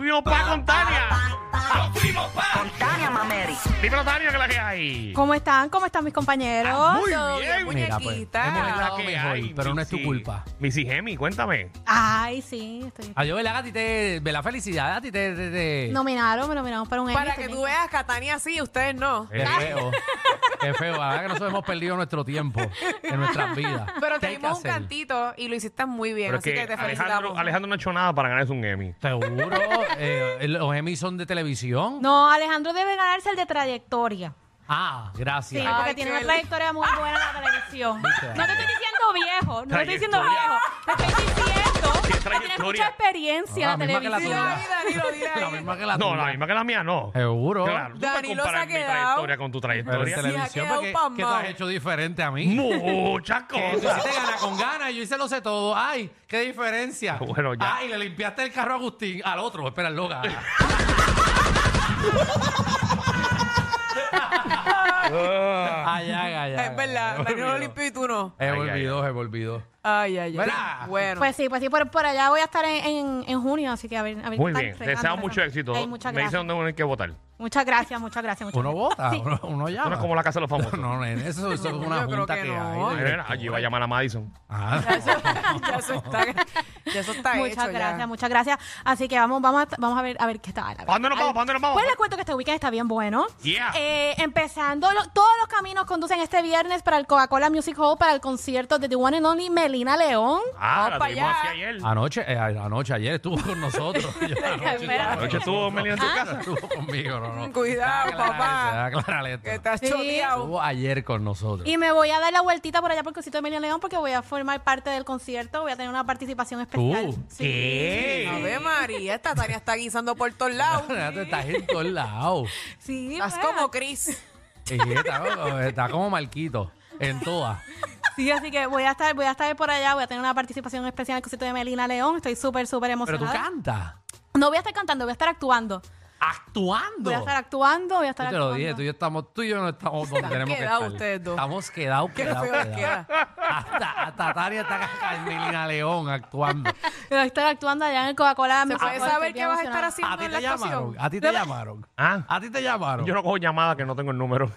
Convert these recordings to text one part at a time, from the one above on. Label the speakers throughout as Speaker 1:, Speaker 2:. Speaker 1: fuimos pa' con Tania.
Speaker 2: Con Tania Mameri.
Speaker 1: Dímelo, Tania, que la que hay.
Speaker 3: ¿Cómo están? ¿Cómo están mis compañeros?
Speaker 1: muy
Speaker 4: Todo
Speaker 1: bien.
Speaker 4: muñequita.
Speaker 5: Mira, pues, hemos hablado mejor, pero no es tu culpa.
Speaker 1: Missy Gemi, cuéntame.
Speaker 3: Ay, sí, estoy.
Speaker 5: A yo, ¿verdad? que A ti te. ve la felicidad, a ti te. te- te-
Speaker 3: Nominaron, me nominaron para un Emmy,
Speaker 4: Para que
Speaker 3: estoy
Speaker 4: tú
Speaker 3: bien.
Speaker 4: veas que a Tania sí, ustedes no.
Speaker 5: Qué feo. Qué feo. La verdad que nosotros hemos perdido nuestro tiempo en nuestras vidas.
Speaker 4: Pero
Speaker 5: ¿Qué hay que
Speaker 4: tenemos un
Speaker 5: hacer?
Speaker 4: cantito y lo hiciste muy bien,
Speaker 1: Pero es
Speaker 4: así que,
Speaker 1: que
Speaker 4: te
Speaker 1: Alejandro,
Speaker 4: felicitamos.
Speaker 1: Alejandro no ha hecho nada para ganarse un Emmy.
Speaker 5: Seguro. eh, los Emmy son de televisión.
Speaker 3: No, Alejandro debe ganarse el de trayectoria.
Speaker 5: Ah,
Speaker 3: Sí,
Speaker 5: gracias.
Speaker 4: Ay,
Speaker 3: porque
Speaker 4: qué
Speaker 3: tiene una
Speaker 4: lindo.
Speaker 3: trayectoria muy buena en la televisión. No
Speaker 5: Viste.
Speaker 3: te estoy diciendo viejo, no te estoy diciendo viejo.
Speaker 1: Trayectoria.
Speaker 3: Te estoy diciendo
Speaker 1: ¿Qué
Speaker 3: que tienes
Speaker 1: trayectoria?
Speaker 3: mucha experiencia
Speaker 5: Ah,
Speaker 3: en la
Speaker 5: misma que la
Speaker 4: Dilo
Speaker 3: televisión.
Speaker 4: ahí, Danilo, dilo
Speaker 5: La
Speaker 4: ahí.
Speaker 5: misma que la
Speaker 1: No,
Speaker 5: tuya.
Speaker 1: la misma que la mía, no.
Speaker 5: Seguro.
Speaker 1: Claro, tú puedes
Speaker 4: Danilo se ha
Speaker 1: comparar mi
Speaker 4: quedado.
Speaker 1: trayectoria con tu
Speaker 5: Pero en
Speaker 1: trayectoria.
Speaker 4: tele-
Speaker 5: televisión,
Speaker 4: quedado
Speaker 5: porque, ¿qué tú
Speaker 4: pasmado.
Speaker 5: has hecho diferente a mí?
Speaker 1: Muchas
Speaker 5: Que tú
Speaker 1: cosas.
Speaker 5: hiciste ganas con ganas, yo hice lo sé todo. ¡Ay, qué diferencia!
Speaker 1: Bueno, ya.
Speaker 5: ¡Ay, le limpiaste el carro a Agustín! Al otro, espera, el loca.
Speaker 1: Ah.
Speaker 5: Ay, ay, ay, ay.
Speaker 4: Es verdad,
Speaker 5: Se me
Speaker 4: Danilo lo
Speaker 5: olvidó.
Speaker 4: limpió y tú no.
Speaker 5: Se me
Speaker 1: Ay, ay,
Speaker 5: olvidó, se me olvidó.
Speaker 4: Ay, ay,
Speaker 5: Verá.
Speaker 4: ay. Bueno.
Speaker 3: Pues sí, pues sí, por, por allá voy a estar en, en- en junio, así que a ver, a ver
Speaker 1: Muy
Speaker 3: tal-
Speaker 1: bien, te
Speaker 3: regando,
Speaker 1: deseo
Speaker 3: regando.
Speaker 1: mucho éxito.
Speaker 3: Ay, muchas
Speaker 1: Me dice
Speaker 3: gracias.
Speaker 1: dónde uno hay que votar.
Speaker 3: Muchas gracias, muchas gracias, muchas
Speaker 5: Uno
Speaker 3: gracias.
Speaker 5: vota,
Speaker 3: Sí.
Speaker 5: uno, uno
Speaker 1: Tú no
Speaker 5: llama.
Speaker 1: es como la casa de los
Speaker 5: No,
Speaker 1: famosos.
Speaker 5: no, nene, eso, eso es una
Speaker 4: Yo creo
Speaker 5: junta
Speaker 4: que
Speaker 5: que,
Speaker 4: no.
Speaker 5: hay. de
Speaker 1: Mira, Allí va a llamar a Madison.
Speaker 5: Ah,
Speaker 4: ya eso está, ya eso está
Speaker 3: Muchas
Speaker 4: hecho. ya.
Speaker 3: gracias, muchas gracias. Así que vamos, vamos, a, vamos a ver, a ver qué tal. a ver.
Speaker 1: ¿Para dónde nos vamos? ¿Para dónde nos vamos?
Speaker 3: Pues les cuento que este weekend está bien bueno.
Speaker 1: Yeah.
Speaker 3: Eh, empezando, lo- todos los caminos conducen este viernes para el Coca-Cola Music Hall para el concierto de The One and Only Melina León.
Speaker 1: Ah, la
Speaker 4: Vamos
Speaker 1: tuvimos
Speaker 4: para
Speaker 1: aquí
Speaker 4: allá.
Speaker 1: ayer.
Speaker 5: anoche, eh, anoche, ayer estuvo con nosotros. Yo anoche, Ah.
Speaker 3: Espera.
Speaker 1: Anoche estuvo Melina en tu casa.
Speaker 5: estuvo conmigo, no,
Speaker 4: Mm,
Speaker 5: no.
Speaker 4: Cuidado, papá.
Speaker 5: Aclara
Speaker 4: Que
Speaker 5: esto.
Speaker 4: te has
Speaker 3: Sí.
Speaker 4: choteado.
Speaker 5: Estuvo ayer con nosotros.
Speaker 3: Y me voy a dar la vueltita por allá por el concierto de Melina León porque voy a formar parte del concierto, voy a tener una participación especial.
Speaker 5: Tú,
Speaker 3: Sí.
Speaker 1: ¿Qué?
Speaker 4: A ver, María, esta Tania está guisando por todos lados.
Speaker 5: Tú estás en todos lados.
Speaker 3: Sí,
Speaker 4: Estás
Speaker 3: pues.
Speaker 4: como Chris.
Speaker 5: Está, como- está como Marquito, en todas.
Speaker 3: Sí, así que voy a estar, voy a estar por allá, voy a tener una participación especial en el concierto de Melina León. Estoy súper, súper
Speaker 5: Pero
Speaker 3: emocionada.
Speaker 5: tú cantas,
Speaker 3: No voy a estar cantando, voy a estar actuando.
Speaker 5: actuando.
Speaker 3: Voy a estar actuando, voy a estar
Speaker 5: Yo te
Speaker 3: actuando.
Speaker 5: lo dije, tú y yo estamos, tú y yo no estamos donde tenemos que
Speaker 4: quedados
Speaker 5: estar.
Speaker 4: ustedes dos.
Speaker 5: Estamos quedados,
Speaker 4: Qué
Speaker 5: quedados,
Speaker 4: feo les
Speaker 5: quedados. Hasta, hasta Tania está con Carmelina León actuando.
Speaker 3: Voy a estar actuando allá en el Coca-Cola.
Speaker 4: ¿Se
Speaker 3: Music
Speaker 4: puede
Speaker 3: Hall, estoy
Speaker 4: saber qué
Speaker 3: bien
Speaker 4: vas a estar
Speaker 3: emocionada.
Speaker 4: haciendo
Speaker 5: A ti
Speaker 4: en
Speaker 5: te
Speaker 4: la
Speaker 5: llamaron,
Speaker 4: estación?
Speaker 5: a ti te llamaron.
Speaker 1: Ah.
Speaker 5: A ti te llamaron.
Speaker 1: Yo no cojo llamadas que no tengo el número.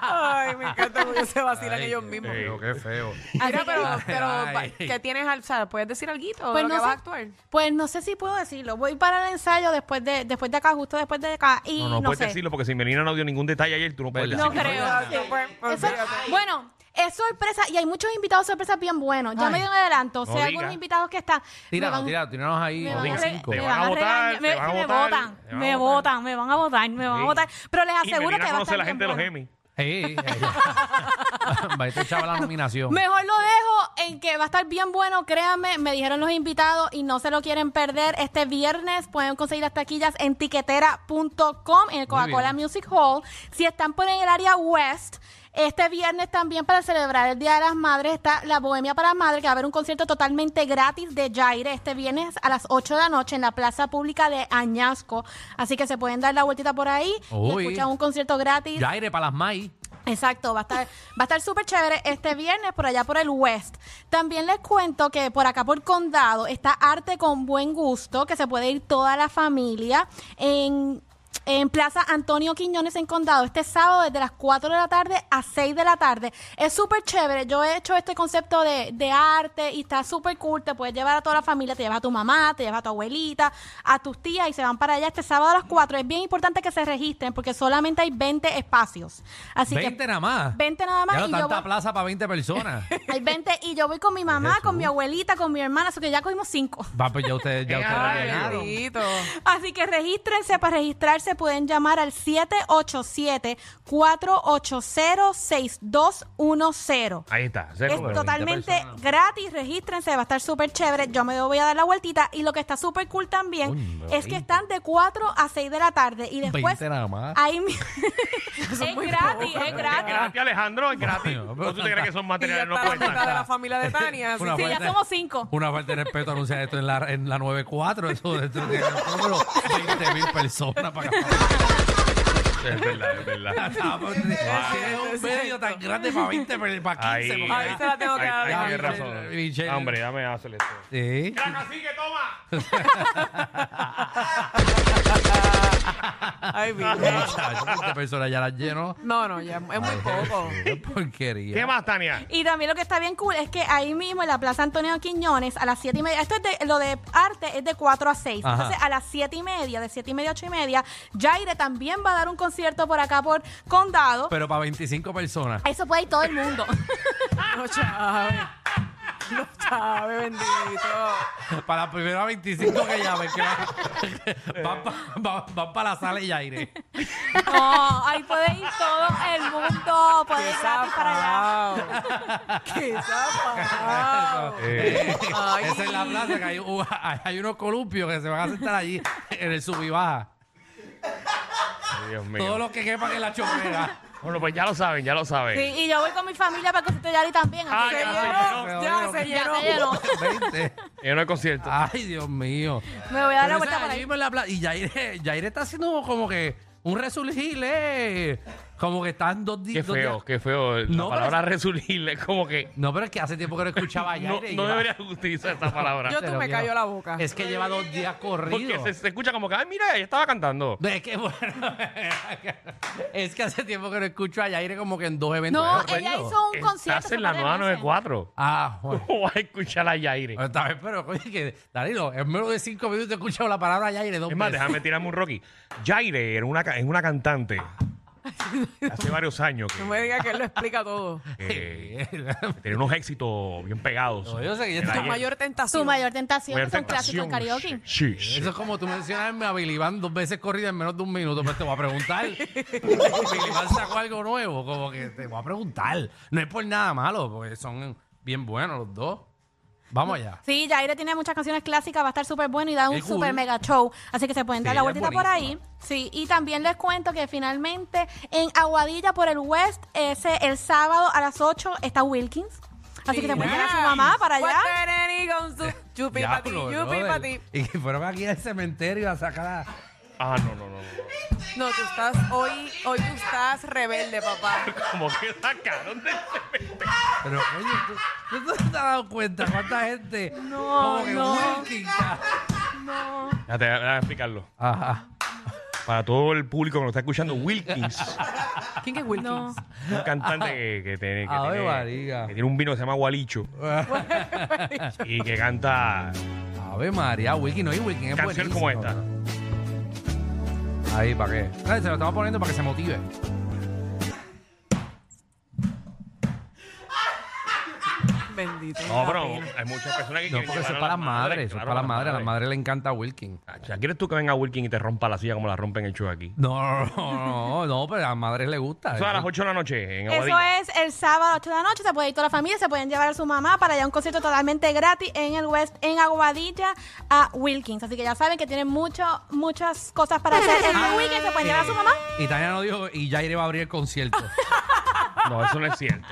Speaker 4: Ay, me encanta porque se vacilan
Speaker 5: Ay,
Speaker 4: ellos
Speaker 5: qué
Speaker 4: mismos.
Speaker 5: feo, qué feo.
Speaker 4: Mira, pero,
Speaker 5: que-
Speaker 4: pero
Speaker 5: Ay.
Speaker 4: ¿qué tienes al o sea, ¿Puedes decir algo de
Speaker 3: Pues
Speaker 4: lo
Speaker 3: no
Speaker 4: que
Speaker 3: sé-
Speaker 4: vas a actuar?
Speaker 3: Pues no sé si puedo decirlo. Voy para el ensayo después de, después de acá, justo después de acá. Y
Speaker 1: No,
Speaker 3: no,
Speaker 1: no, puedes
Speaker 3: sé.
Speaker 1: decirlo porque si Melina no dio ningún detalle ayer, tú no puedes
Speaker 5: ¿Verdad?
Speaker 3: No
Speaker 1: decirlo.
Speaker 3: creo.
Speaker 4: Olvídate, pues,
Speaker 3: Eso-
Speaker 4: olvídate.
Speaker 3: bueno, es sorpresa y hay muchos invitados sorpresas bien buenos. Ya
Speaker 5: Ay.
Speaker 3: me dio un adelanto. O
Speaker 1: No
Speaker 3: sea,
Speaker 1: diga.
Speaker 3: algunos invitados que están. me
Speaker 5: Tíranos,
Speaker 3: van-
Speaker 5: tíranos, tíranos ahí.
Speaker 3: Me
Speaker 1: No
Speaker 3: van, a
Speaker 1: digas
Speaker 3: re-
Speaker 1: cinco.
Speaker 3: me
Speaker 1: Te
Speaker 3: van a
Speaker 1: votar,
Speaker 3: regañar.
Speaker 1: te van a
Speaker 3: Me- me
Speaker 1: votar,
Speaker 3: votan,
Speaker 1: te van a
Speaker 3: me
Speaker 1: votar.
Speaker 3: votan, me van a votar, me van a
Speaker 1: Sí.
Speaker 3: votar. Pero les
Speaker 1: Y
Speaker 3: aseguro
Speaker 1: Melina
Speaker 3: que va a
Speaker 1: conoce a
Speaker 3: estar
Speaker 1: la
Speaker 3: bien
Speaker 1: gente de los
Speaker 3: bueno.
Speaker 1: Emmy.
Speaker 5: Sí, sí, sí. Va este a estar echado la nominación.
Speaker 3: Mejor lo dejo en que va a estar bien bueno, créanme. Me dijeron los invitados y no se lo quieren perder. Este viernes pueden conseguir las taquillas en tiquetera.com en el Coca-Cola
Speaker 5: bien.
Speaker 3: Music Hall. Si están por en el área West, este viernes también para celebrar el Día de las Madres está la Bohemia para las Madres, que va a haber un concierto totalmente gratis de Jaire este viernes a las 8 de la noche en la Plaza Pública de Añasco. Así que se pueden dar la vueltita por ahí y
Speaker 5: Uy.
Speaker 3: escuchan un concierto gratis.
Speaker 5: Ya iré para las MAI.
Speaker 3: Exacto, va a estar, va a estar súper chévere este viernes por allá por el West. También les cuento que por acá por Condado está Arte con Buen Gusto, que se puede ir toda la familia en, en Plaza Antonio Quiñones en Condado este sábado desde las 4 de la tarde a 6 de la tarde. Es súper chévere, yo he hecho este concepto de, de arte y está súper cool, te puedes llevar a toda la familia, te llevas a tu mamá, te llevas a tu abuelita, a tus tías y se van para allá este sábado a las 4. Es bien importante que se registren porque solamente hay 20 espacios. Así que
Speaker 5: 20 nada más.
Speaker 3: 20 nada más
Speaker 5: Ya no,
Speaker 3: y yo
Speaker 5: tanta
Speaker 3: voy-
Speaker 5: plaza para 20 personas.
Speaker 3: hay 20 y yo voy con mi mamá,
Speaker 5: Jesús.
Speaker 3: con mi abuelita, con mi hermana, así que ya cogimos 5.
Speaker 5: Va, pues ya ustedes, ya ustedes
Speaker 1: Ay,
Speaker 5: rellenaron.
Speaker 4: Bendito.
Speaker 3: Así que regístrense, para registrarse pueden llamar al 787-480-6210.
Speaker 1: Ahí está. cero,
Speaker 3: Es
Speaker 1: pero
Speaker 3: totalmente gratis, regístrense, va a estar súper chévere. Yo me voy a dar la vueltita y lo que está súper cool también
Speaker 5: Coño,
Speaker 3: es que están de 4 a 6 de la tarde y después
Speaker 5: 20 nada más.
Speaker 3: ahí mi- es
Speaker 4: muy
Speaker 3: gratis,
Speaker 4: poco.
Speaker 3: es
Speaker 1: Es
Speaker 3: gratis.
Speaker 1: gratis, Alejandro, es gratis.
Speaker 5: No,
Speaker 1: ¿O tú te crees que son
Speaker 4: Y ya
Speaker 1: materiales? No
Speaker 4: está la mitad de
Speaker 1: cuentan.
Speaker 4: la familia de Tania. así
Speaker 5: Una
Speaker 3: Sí,
Speaker 4: que-
Speaker 3: ya
Speaker 5: falta-
Speaker 3: somos cinco.
Speaker 5: Una falta de respeto anunciar esto en la, en la 94. Eso de 20 mil personas para
Speaker 1: Es verdad, es verdad.
Speaker 5: Ah, Si eres un medio tan grande para 20, pero para 15.
Speaker 1: Ahí,
Speaker 5: porque
Speaker 4: Ahí se la tengo que
Speaker 1: ahí-
Speaker 4: dar.
Speaker 1: ahí
Speaker 5: Ay,
Speaker 1: tienes razón.
Speaker 5: Michelle.
Speaker 1: Hombre, dame hazle esto.
Speaker 5: Sí.
Speaker 1: así que toma!
Speaker 4: Ay, mira.
Speaker 5: Muchacho, Esta persona ya la llenó.
Speaker 4: No, no, ya es muy poco.
Speaker 5: Qué porquería.
Speaker 1: ¿Qué más, Tania?
Speaker 3: Y también lo que está bien cool es que ahí mismo en la Plaza Antonio Quiñones a las 7 y media, esto es de, lo de arte es de 4 a 6,
Speaker 5: Ajá.
Speaker 3: entonces a las 7 y media, de 7 y media a 8 y media, Jaire también va a dar un concierto por acá por Condado.
Speaker 1: Pues-
Speaker 5: Pero para 25 personas.
Speaker 3: A Eso puede ir todo el mundo.
Speaker 4: No, Chávez. No, Chávez, bendito.
Speaker 5: Para las primeras 25 que llamen, que va- van para la sala y aire.
Speaker 3: No, ahí puede ir todo el mundo, puede ir gratis para allá.
Speaker 4: zapao. Qué zapao.
Speaker 1: Eh,
Speaker 4: Ay.
Speaker 5: Esa es la plaza que hay, u- hay unos columpios que se van a sentar allí en el sub y baja.
Speaker 1: Dios
Speaker 5: Todos
Speaker 1: mío.
Speaker 5: los que quepan en la chopera.
Speaker 1: Bueno, pues ya lo saben, ya lo saben.
Speaker 3: Sí, y yo voy con mi familia para que Yairi también. así
Speaker 1: Ah,
Speaker 3: que
Speaker 4: Se
Speaker 1: ya,
Speaker 4: llenó, ya se
Speaker 3: ya
Speaker 4: llenó.
Speaker 3: se llenó.
Speaker 5: 20.
Speaker 1: Y Eh, no hay concierto.
Speaker 5: Ay, Dios mío.
Speaker 3: Me voy a dar la
Speaker 5: Pero
Speaker 3: vuelta
Speaker 5: esa-
Speaker 3: por
Speaker 5: allí
Speaker 3: ahí.
Speaker 5: mismo en la plaza- y Jair, Jair está haciendo como que un resurgir, eh. Como que están dos di-
Speaker 1: Qué
Speaker 5: dos
Speaker 1: feo,
Speaker 5: días.
Speaker 1: qué feo. La
Speaker 5: No, pero-
Speaker 1: palabra resurgir es como que
Speaker 5: No, pero es que hace tiempo que no escuchaba a Jair.
Speaker 1: no,
Speaker 5: y
Speaker 1: no
Speaker 5: ya-
Speaker 1: debería utilizar esta palabra.
Speaker 4: Yo tú
Speaker 5: Pero
Speaker 4: me
Speaker 5: mira,
Speaker 4: cayó la boca.
Speaker 5: Es que lleva dos días
Speaker 1: Porque
Speaker 5: corrido.
Speaker 1: se, se escucha como que, ay, mira, ella estaba cantando.
Speaker 5: Es que bueno, es que hace tiempo que no escucho a Yaire como que en dos eventos.
Speaker 3: No,
Speaker 5: corridos.
Speaker 3: ella hizo un concierto.
Speaker 1: Estás en la
Speaker 3: hace
Speaker 1: nueva
Speaker 3: par de meses.
Speaker 1: 94.
Speaker 5: Ah, bueno.
Speaker 1: ¿Cómo vas a escuchar a Yairi?
Speaker 5: Está bien, pero oye, que Danilo, en menos de cinco minutos he escuchado la palabra Yaire dos
Speaker 1: Es más,
Speaker 5: veces.
Speaker 1: déjame tirarme un Rocky. Yaire era una, ca- es una cantante. Hace varios años
Speaker 4: No me
Speaker 1: que,
Speaker 4: digas que él lo explica todo.
Speaker 1: que tenía unos éxitos bien pegados.
Speaker 5: No, yo sé que yo
Speaker 1: Era
Speaker 5: estoy-
Speaker 4: Tu
Speaker 1: Yairi.
Speaker 4: mayor tentación.
Speaker 3: Su mayor tentación
Speaker 1: Mayor
Speaker 3: es un clásico en
Speaker 1: tentación.
Speaker 3: karaoke.
Speaker 1: Sí, sí, sí.
Speaker 5: Eso es como tú mencionarme a Billy Van dos veces corrida en menos de un minuto, pues te voy a preguntar. Billy Van sacó algo nuevo, como que te voy a preguntar. No es por nada malo, porque son bien buenos los dos. Vamos allá.
Speaker 3: Sí, Jaire tiene muchas canciones clásicas, va a estar súper bueno y da un
Speaker 5: Qué cool.
Speaker 3: súper mega show. Así que se pueden dar
Speaker 5: Sí,
Speaker 3: la
Speaker 5: ella es
Speaker 3: vueltita por ahí.
Speaker 5: buenísima.
Speaker 3: Sí, y también les cuento que finalmente en Aguadilla por el West, ese el sábado a las 8 está Wilkins. Así que se pueden dar a su mamá para allá.
Speaker 4: Fuerte, neni, con su chupi pa' ti,
Speaker 5: Diablo,
Speaker 4: chupi pa'
Speaker 5: brother.
Speaker 4: ti.
Speaker 5: Y que fueron aquí al cementerio a sacar a...
Speaker 1: Ah, no, no, no. no.
Speaker 4: No, tú estás hoy, hoy tú estás rebelde, papá.
Speaker 1: Como que sacaron de
Speaker 5: Pero, oye, ¿tú, tú no te has dado cuenta cuánta gente? No, como que
Speaker 4: no.
Speaker 5: Wilkins, ya.
Speaker 1: Ya te voy a explicarlo.
Speaker 5: Ajá.
Speaker 1: Para todo el público que nos está escuchando, Wilkins,
Speaker 4: ¿Quién es Wilkins?
Speaker 1: un cantante que, que tiene, que,
Speaker 5: Ave
Speaker 1: tiene,
Speaker 5: María.
Speaker 1: que tiene un vino que se llama Gualicho y que canta
Speaker 5: Ave María, Wilkins, no, y Wilkins es
Speaker 1: canciones
Speaker 5: buenísimo.
Speaker 1: como esta.
Speaker 5: Ahí, ¿para qué? Ay, se lo estamos poniendo para que se motive.
Speaker 4: Bendito.
Speaker 1: No, pero
Speaker 4: la pena.
Speaker 1: hay muchas personas que
Speaker 5: No,
Speaker 1: quieren
Speaker 5: porque eso
Speaker 1: llevar
Speaker 5: es
Speaker 1: a
Speaker 5: para las madres, eso es
Speaker 1: claro,
Speaker 5: para las madres. A las madres le encanta Wilkins.
Speaker 1: O sea, ¿Quieres tú que venga Wilkins y te rompa la silla como la rompen el show aquí?
Speaker 5: No, no, no, no, pero a las madres le gusta.
Speaker 1: Eso a las 8 de la noche en
Speaker 3: Eso
Speaker 1: Aguadilla.
Speaker 3: es el sábado 8 de la noche. Se puede ir toda la familia, se pueden llevar a su mamá para allá un concierto totalmente gratis en el West, en Aguadilla, a Wilkins. Así que ya saben que tienen mucho, muchas cosas para hacer
Speaker 5: Ah.
Speaker 3: este weekend. Se pueden llevar a su mamá.
Speaker 5: Y Tania no dijo, y Jaire va a abrir el concierto.
Speaker 1: No, eso no es cierto.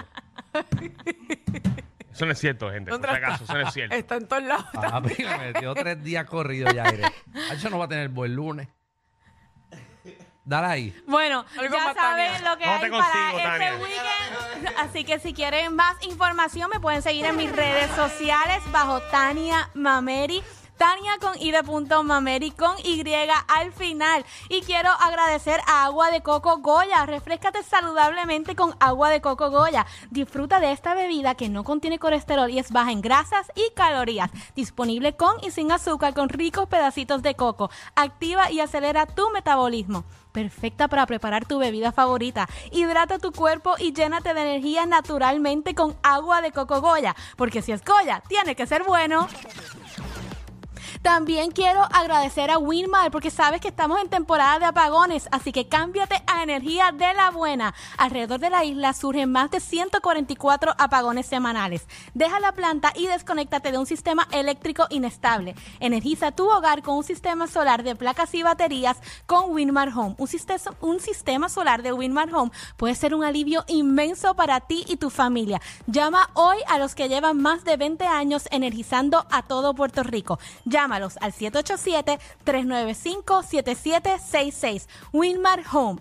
Speaker 1: Eso no es cierto, gente. Por si
Speaker 4: ¿Dónde
Speaker 1: acaso, eso no es cierto.
Speaker 4: Está en todos lados.
Speaker 5: Papi, le metió tres días corrido Jaire. Eso no va a tener buen lunes. Dale ahí.
Speaker 3: Bueno,
Speaker 4: Algo
Speaker 3: ya
Speaker 4: más,
Speaker 3: saben
Speaker 4: Tania.
Speaker 3: lo que
Speaker 1: No
Speaker 3: hay
Speaker 1: te
Speaker 3: para
Speaker 1: consigo,
Speaker 3: este
Speaker 1: Tania.
Speaker 3: weekend. Así que si quieren más información, me pueden seguir en mis redes sociales bajo Tania Mameri. Tania con I de punto Mameri con Y al final. Y quiero agradecer a Agua de Coco Goya. Refrescate saludablemente con Agua de Coco Goya. Disfruta de esta bebida que no contiene colesterol y es baja en grasas y calorías. Disponible con y sin azúcar con ricos pedacitos de coco. Activa y acelera tu metabolismo. Perfecta para preparar tu bebida favorita. Hidrata tu cuerpo y llénate de energía naturalmente con agua de coco Goya, porque si es Goya, tiene que ser bueno. También quiero agradecer a Winmar porque sabes que estamos en temporada de apagones, así que cámbiate a energía de la buena. Alrededor de la isla surgen más de 144 apagones semanales. Deja la planta y desconéctate de un sistema eléctrico inestable. Energiza tu hogar con un sistema solar de placas y baterías con Winmar Home. Un sistema, un sistema solar de Winmar Home puede ser un alivio inmenso para ti y tu familia. Llama hoy a los que llevan más de 20 años energizando a todo Puerto Rico. Llámalos al 787-395-7766. Winmar Home.